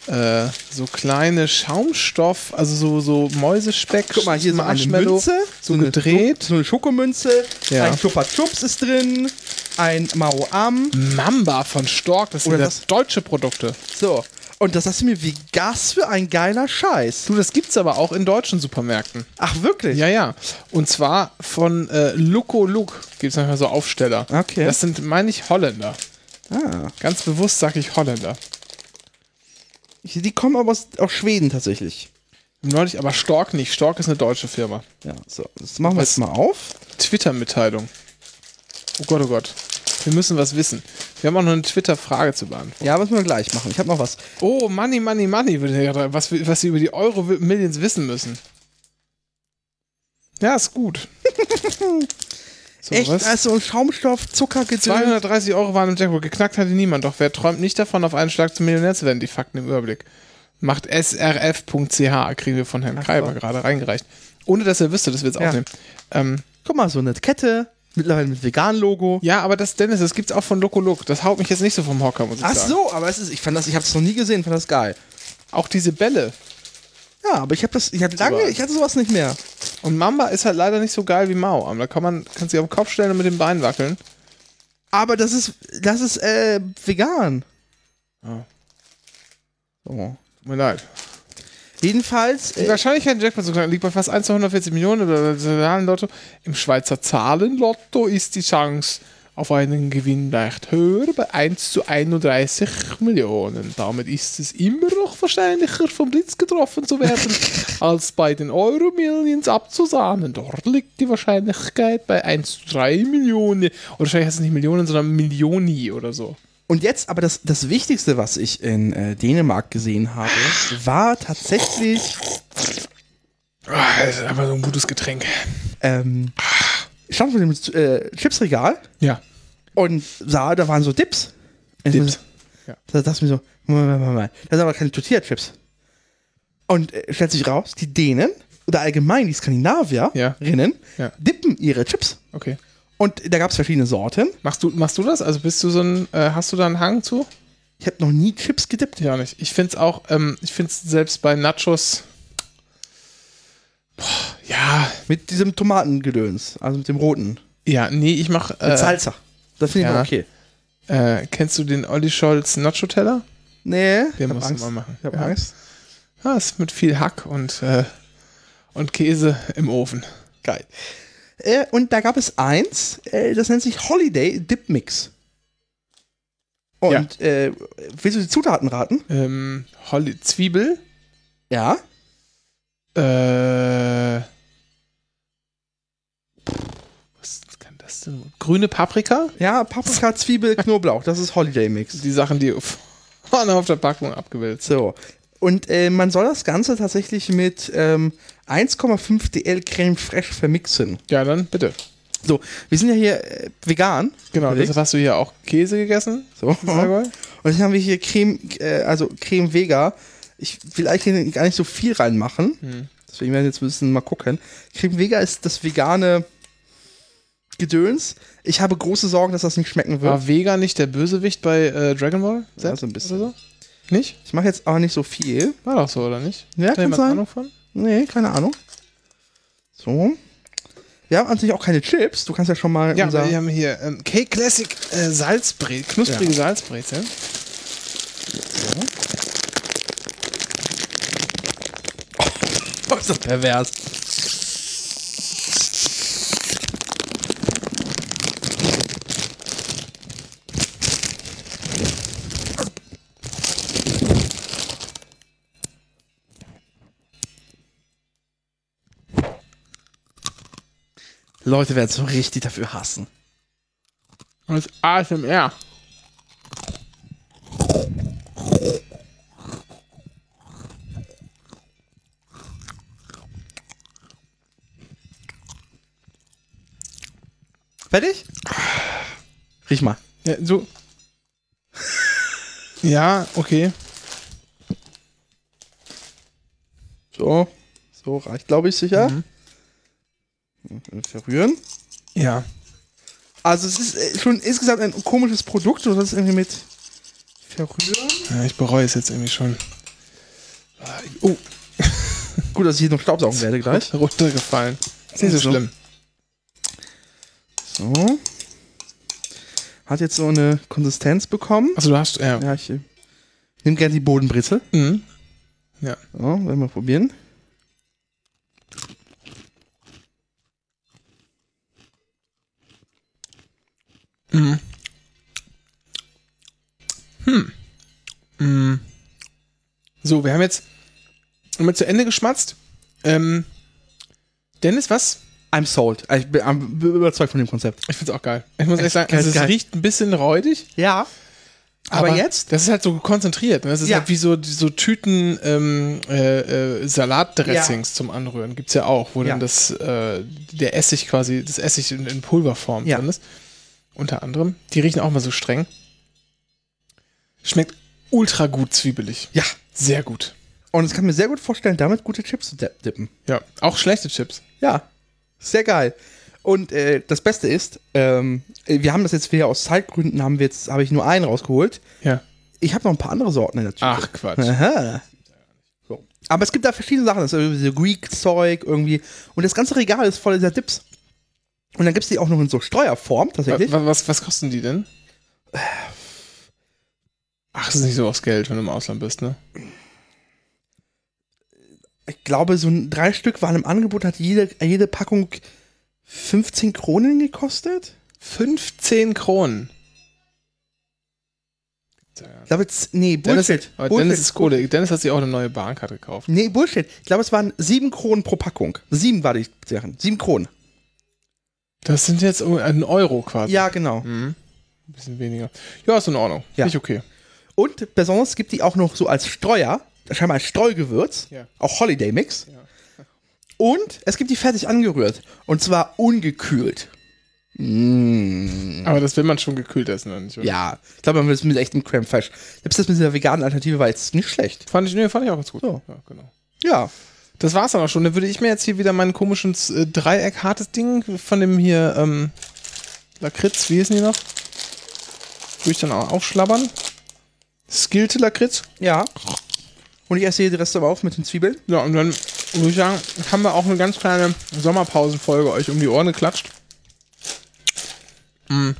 Speaker 2: Äh, so kleine Schaumstoff, also so, so Mäusespeck,
Speaker 1: Guck mal, hier so eine
Speaker 2: Marshmallow,
Speaker 1: Münze,
Speaker 2: so gedreht.
Speaker 1: so eine Schokomünze,
Speaker 2: Ja.
Speaker 1: ein Chupa Chups ist drin, ein Mao Am.
Speaker 2: Mamba von Stork, das sind
Speaker 1: Oder
Speaker 2: das deutsche Produkte.
Speaker 1: So. Und das dachte ich mir, wie das für ein geiler Scheiß.
Speaker 2: Du, das gibt's aber auch in deutschen Supermärkten.
Speaker 1: Ach, wirklich?
Speaker 2: Ja, ja. Und zwar von äh, Luco Luke gibt's manchmal so Aufsteller.
Speaker 1: Okay.
Speaker 2: Das sind, meine ich, Holländer.
Speaker 1: Ah.
Speaker 2: Ganz bewusst sage ich Holländer.
Speaker 1: Die kommen aber aus, aus Schweden tatsächlich.
Speaker 2: Neulich aber Stork nicht. Stork ist eine deutsche Firma.
Speaker 1: Ja, so. Das machen wir
Speaker 2: Was-
Speaker 1: jetzt mal auf.
Speaker 2: Twitter-Mitteilung. Oh Gott, oh Gott. Wir müssen was wissen. Wir haben auch noch eine Twitter-Frage zu beantworten.
Speaker 1: Ja, müssen wir gleich machen. Ich habe noch was.
Speaker 2: Oh, Money, Money, Money, würde ich gerade- was, wir- was wir über die Euro-Millions wissen müssen. Ja, ist gut. so,
Speaker 1: Echt?
Speaker 2: was?
Speaker 1: Also Schaumstoff, Zucker,
Speaker 2: 230 Euro waren im Jackpot. Geknackt hatte niemand. Doch wer träumt nicht davon, auf einen Schlag zum Millionär zu werden? Die Fakten im Überblick. Macht srf.ch, kriegen wir von Herrn Kreiber gerade reingereicht. Ohne dass er wüsste, dass wir jetzt
Speaker 1: Ja.
Speaker 2: aufnehmen. Ähm,
Speaker 1: Guck mal, so eine Kette. Mittlerweile mit Vegan-Logo.
Speaker 2: Ja, aber das, Dennis, das gibt's auch von Loco Look. Das haut mich jetzt nicht so vom Hocker, muss ich
Speaker 1: Ach
Speaker 2: sagen.
Speaker 1: so, aber es ist, ich fand das, ich habe es noch nie gesehen, fand das geil.
Speaker 2: Auch diese Bälle.
Speaker 1: Ja, aber ich habe das, ich hatte lange,
Speaker 2: Überall.
Speaker 1: ich hatte sowas nicht mehr.
Speaker 2: Und Mamba ist halt leider nicht so geil wie Mao. Da kann man, kann sich auf den Kopf stellen und mit dem Bein wackeln.
Speaker 1: Aber das ist, das ist äh, vegan.
Speaker 2: Ah.
Speaker 1: So.
Speaker 2: Oh, Tut mir leid.
Speaker 1: Jedenfalls,
Speaker 2: Die
Speaker 1: äh,
Speaker 2: Wahrscheinlichkeit, Jackpot zu knacken, liegt bei fast 1 zu 140 Millionen im Zahlenlotto. Im Schweizer Zahlenlotto ist die Chance auf einen Gewinn leicht höher bei 1 zu 31 Millionen. Damit ist es immer noch wahrscheinlicher, vom Blitz getroffen zu werden, als bei den Euro-Millions abzusahnen. Dort liegt die Wahrscheinlichkeit bei 1 zu 3 Millionen. Oder wahrscheinlich heißt es nicht Millionen, sondern Millioni oder so.
Speaker 1: und jetzt aber das, das Wichtigste, was ich in äh, Dänemark gesehen habe, war tatsächlich
Speaker 2: Ah, das ist einfach so ein gutes Getränk.
Speaker 1: ähm, ich stand vor dem äh, Chipsregal
Speaker 2: Ja.
Speaker 1: und sah, da waren so Dips. Und ich
Speaker 2: Dips.
Speaker 1: so-
Speaker 2: Ja.
Speaker 1: Da dachte ich mir so, Moment, Moment, Moment, Moment. das sind aber keine Tortilla-Chips. Und äh, stellt sich raus, die Dänen oder allgemein die
Speaker 2: Ja.
Speaker 1: Skandinavierinnen
Speaker 2: Ja.
Speaker 1: dippen ihre Chips.
Speaker 2: Okay.
Speaker 1: Und da gab es verschiedene Sorten.
Speaker 2: Machst du, machst du das? Also bist du so ein, äh, hast du da einen Hang zu?
Speaker 1: Ich habe noch nie Chips gedippt.
Speaker 2: Ja, nicht. Ich find's auch, ähm, ich find's selbst bei Nachos. Boah, ja.
Speaker 1: Mit diesem Tomatengedöns, also mit dem roten.
Speaker 2: Ja, nee, ich mach.
Speaker 1: Mit
Speaker 2: Äh,
Speaker 1: Salsa. Das finde ich
Speaker 2: ja.
Speaker 1: mal okay.
Speaker 2: äh, kennst du den Olli Scholz Nacho-Teller?
Speaker 1: Nee, ich
Speaker 2: Den
Speaker 1: hab
Speaker 2: musst
Speaker 1: Angst.
Speaker 2: du mal machen.
Speaker 1: Ich hab
Speaker 2: ja.
Speaker 1: Angst.
Speaker 2: Ja, ist mit viel Hack und, äh, und Käse im Ofen.
Speaker 1: Geil. Äh, und da gab es eins, äh, das nennt sich Holiday Dip Mix. Und äh, willst du die Zutaten raten?
Speaker 2: Ähm, Holly Zwiebel,
Speaker 1: Ja.
Speaker 2: äh, was kann das denn? Grüne Paprika?
Speaker 1: Ja, Paprika, Zwiebel, Knoblauch. Das ist Holiday Mix.
Speaker 2: Die Sachen, die vorne auf der Packung abgebildet sind.
Speaker 1: So. Und äh, man soll das Ganze tatsächlich mit ähm, 1,5 DL Creme Fraiche vermixen.
Speaker 2: Ja, dann bitte.
Speaker 1: So, wir sind ja hier äh, vegan.
Speaker 2: Genau,
Speaker 1: Felix?
Speaker 2: deshalb hast du hier auch Käse gegessen.
Speaker 1: So.
Speaker 2: in Allgäu.
Speaker 1: Und jetzt haben wir hier Creme, äh, also Creme Vega. Ich will eigentlich gar nicht so viel reinmachen. Deswegen werden wir jetzt müssen mal gucken. Creme Vega ist das vegane Gedöns. Ich habe große Sorgen, dass das nicht schmecken wird.
Speaker 2: War Vega nicht der Bösewicht bei äh, Dragon Ball?
Speaker 1: Ja,
Speaker 2: Z
Speaker 1: Ah, so ein bisschen.
Speaker 2: Oder so? Nicht?
Speaker 1: Ich mache jetzt aber nicht so viel.
Speaker 2: War doch so, oder nicht?
Speaker 1: Ja,
Speaker 2: Hat da
Speaker 1: kann
Speaker 2: jemand
Speaker 1: sein.
Speaker 2: Ahnung von?
Speaker 1: Nee, keine Ahnung. So. Wir haben an sich auch keine Chips. Du kannst ja schon mal
Speaker 2: Ja,
Speaker 1: unser.
Speaker 2: wir haben hier ähm, Cake Classic äh, Salzbrezel, knusprige Salzbrezel.
Speaker 1: ist das pervers. Leute werden so richtig dafür hassen.
Speaker 2: Das ASMR.
Speaker 1: Fertig? Riech mal.
Speaker 2: Ja, so. ja, okay.
Speaker 1: So, so reicht, glaube ich, sicher. Hm, Verrühren.
Speaker 2: Ja.
Speaker 1: Also es ist äh, schon insgesamt ein komisches Produkt, oder das ist irgendwie mit Verrühren.
Speaker 2: ja ich bereue es jetzt irgendwie schon. Ah, Oh,
Speaker 1: Gut, dass ich hier noch Staubsaugen werde gleich.
Speaker 2: runtergefallen. Ist nicht so
Speaker 1: So.
Speaker 2: schlimm.
Speaker 1: So. Hat jetzt so eine Konsistenz bekommen.
Speaker 2: Achso, Also, du hast. Ja.
Speaker 1: Ja, ich äh, nehme gerne die Bodenbrezel.
Speaker 2: Mhm.
Speaker 1: So, werden wir mal probieren.
Speaker 2: Mhm. Hm. Mhm. So, wir haben jetzt haben wir zu Ende geschmatzt. Ähm, Dennis, was?
Speaker 1: I'm sold. Äh, Ich bin, I'm überzeugt von dem Konzept.
Speaker 2: Ich find's auch geil. Ich muss ehrlich
Speaker 1: Echt
Speaker 2: sagen,
Speaker 1: geil,
Speaker 2: also es
Speaker 1: geil.
Speaker 2: riecht ein bisschen räudig.
Speaker 1: Ja. Aber, jetzt?
Speaker 2: Das ist halt so konzentriert. Ne? Das ist
Speaker 1: Ja.
Speaker 2: halt wie so, so Tüten ähm, äh, äh, Salatdressings zum Anrühren. Gibt's ja auch, wo
Speaker 1: Ja.
Speaker 2: dann das, äh, der Essig quasi, das Essig in, in Pulverform
Speaker 1: Ja.
Speaker 2: drin ist. Unter anderem. Die riechen auch mal so streng. Schmeckt ultra gut zwiebelig.
Speaker 1: Ja.
Speaker 2: Sehr gut.
Speaker 1: Und ich kann mir sehr gut vorstellen, damit gute Chips zu dip- dippen.
Speaker 2: Ja, auch schlechte Chips.
Speaker 1: Ja, sehr geil. Und äh, das Beste ist, ähm, wir haben das jetzt wieder aus Zeitgründen, haben wir jetzt, habe ich nur einen rausgeholt.
Speaker 2: Ja.
Speaker 1: Ich habe noch ein paar andere Sorten in der Tüte.
Speaker 2: Ach Quatsch.
Speaker 1: Aha. So. Aber es gibt da verschiedene Sachen, das ist irgendwie so Greek-Zeug irgendwie. Und das ganze Regal ist voll dieser Dips. Und dann gibt es die auch noch in so Streuerform tatsächlich.
Speaker 2: was, was, was kosten die denn? Ach, das ist nicht so aufs Geld, wenn du im Ausland bist, ne?
Speaker 1: Ich glaube, so ein, drei Stück waren im Angebot, hat jede, jede Packung 15 Kronen gekostet.
Speaker 2: 15 Kronen.
Speaker 1: Ich glaube, jetzt- nee,
Speaker 2: Dennis,
Speaker 1: Bullshit.
Speaker 2: aber
Speaker 1: Bullshit.
Speaker 2: Dennis ist Kohle. Dennis hat sich auch eine neue Bahnkarte gekauft.
Speaker 1: Nee, Bullshit. Ich glaube, es waren sieben Kronen pro Packung. Sieben war die Sachen. Sieben Kronen.
Speaker 2: Das sind jetzt um einen Euro quasi.
Speaker 1: Ja, genau.
Speaker 2: Mhm. Ein bisschen weniger. Ja, ist in Ordnung.
Speaker 1: Ja.
Speaker 2: Nicht okay.
Speaker 1: Und besonders gibt die auch noch so als Streuer, scheinbar als Streugewürz,
Speaker 2: Ja.
Speaker 1: auch Holiday Mix. Und es gibt die fertig angerührt. Und zwar ungekühlt. Mm,
Speaker 2: Aber das will man schon gekühlt essen, oder nicht? oder?
Speaker 1: ja, ich glaube, man will es mit echtem Creme Fraiche. Selbst das mit dieser veganen Alternative war jetzt nicht schlecht.
Speaker 2: Fand ich, nee, fand ich auch ganz gut.
Speaker 1: So.
Speaker 2: Ja, genau.
Speaker 1: Ja.
Speaker 2: Das war's dann auch schon. Dann würde ich mir jetzt hier wieder meinen komischen äh, Dreieck hartes Ding von dem hier ähm, Lakritz, wie hießen die noch? Würde ich dann auch aufschlabbern. Skillte Lakritz.
Speaker 1: Ja. Und ich esse hier die Reste aber auf mit den Zwiebeln.
Speaker 2: Ja, und dann würde ich sagen, haben wir auch eine ganz kleine Sommerpausenfolge euch um die Ohren geklatscht. Mm.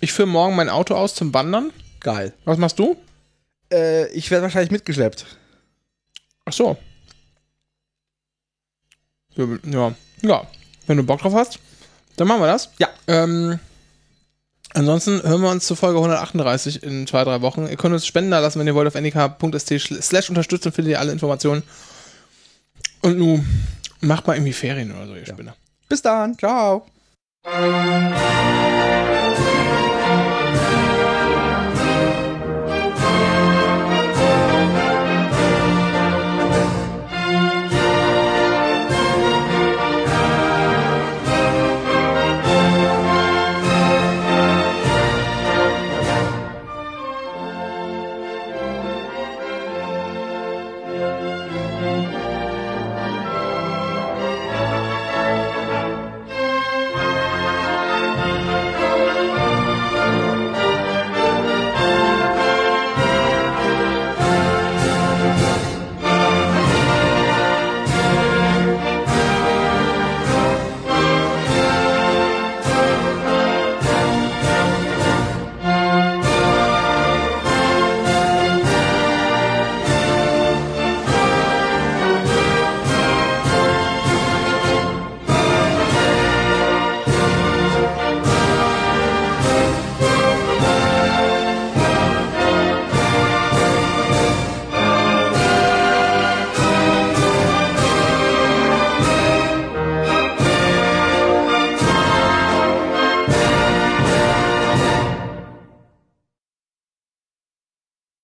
Speaker 2: Ich führe morgen mein Auto aus zum Wandern.
Speaker 1: Geil.
Speaker 2: Was machst du?
Speaker 1: Äh, ich werde wahrscheinlich mitgeschleppt.
Speaker 2: Ach so. Ja, ja. ja, wenn du Bock drauf hast, dann machen wir das.
Speaker 1: Ja.
Speaker 2: Ähm, ansonsten hören wir uns zur Folge 138 in zwei, drei Wochen. Ihr könnt uns Spenden da lassen, wenn ihr wollt, auf E ndk.st slash unterstützen, findet ihr alle Informationen. Und nun macht mal irgendwie Ferien oder so, ihr Spinner.
Speaker 1: Bis dann. Ciao.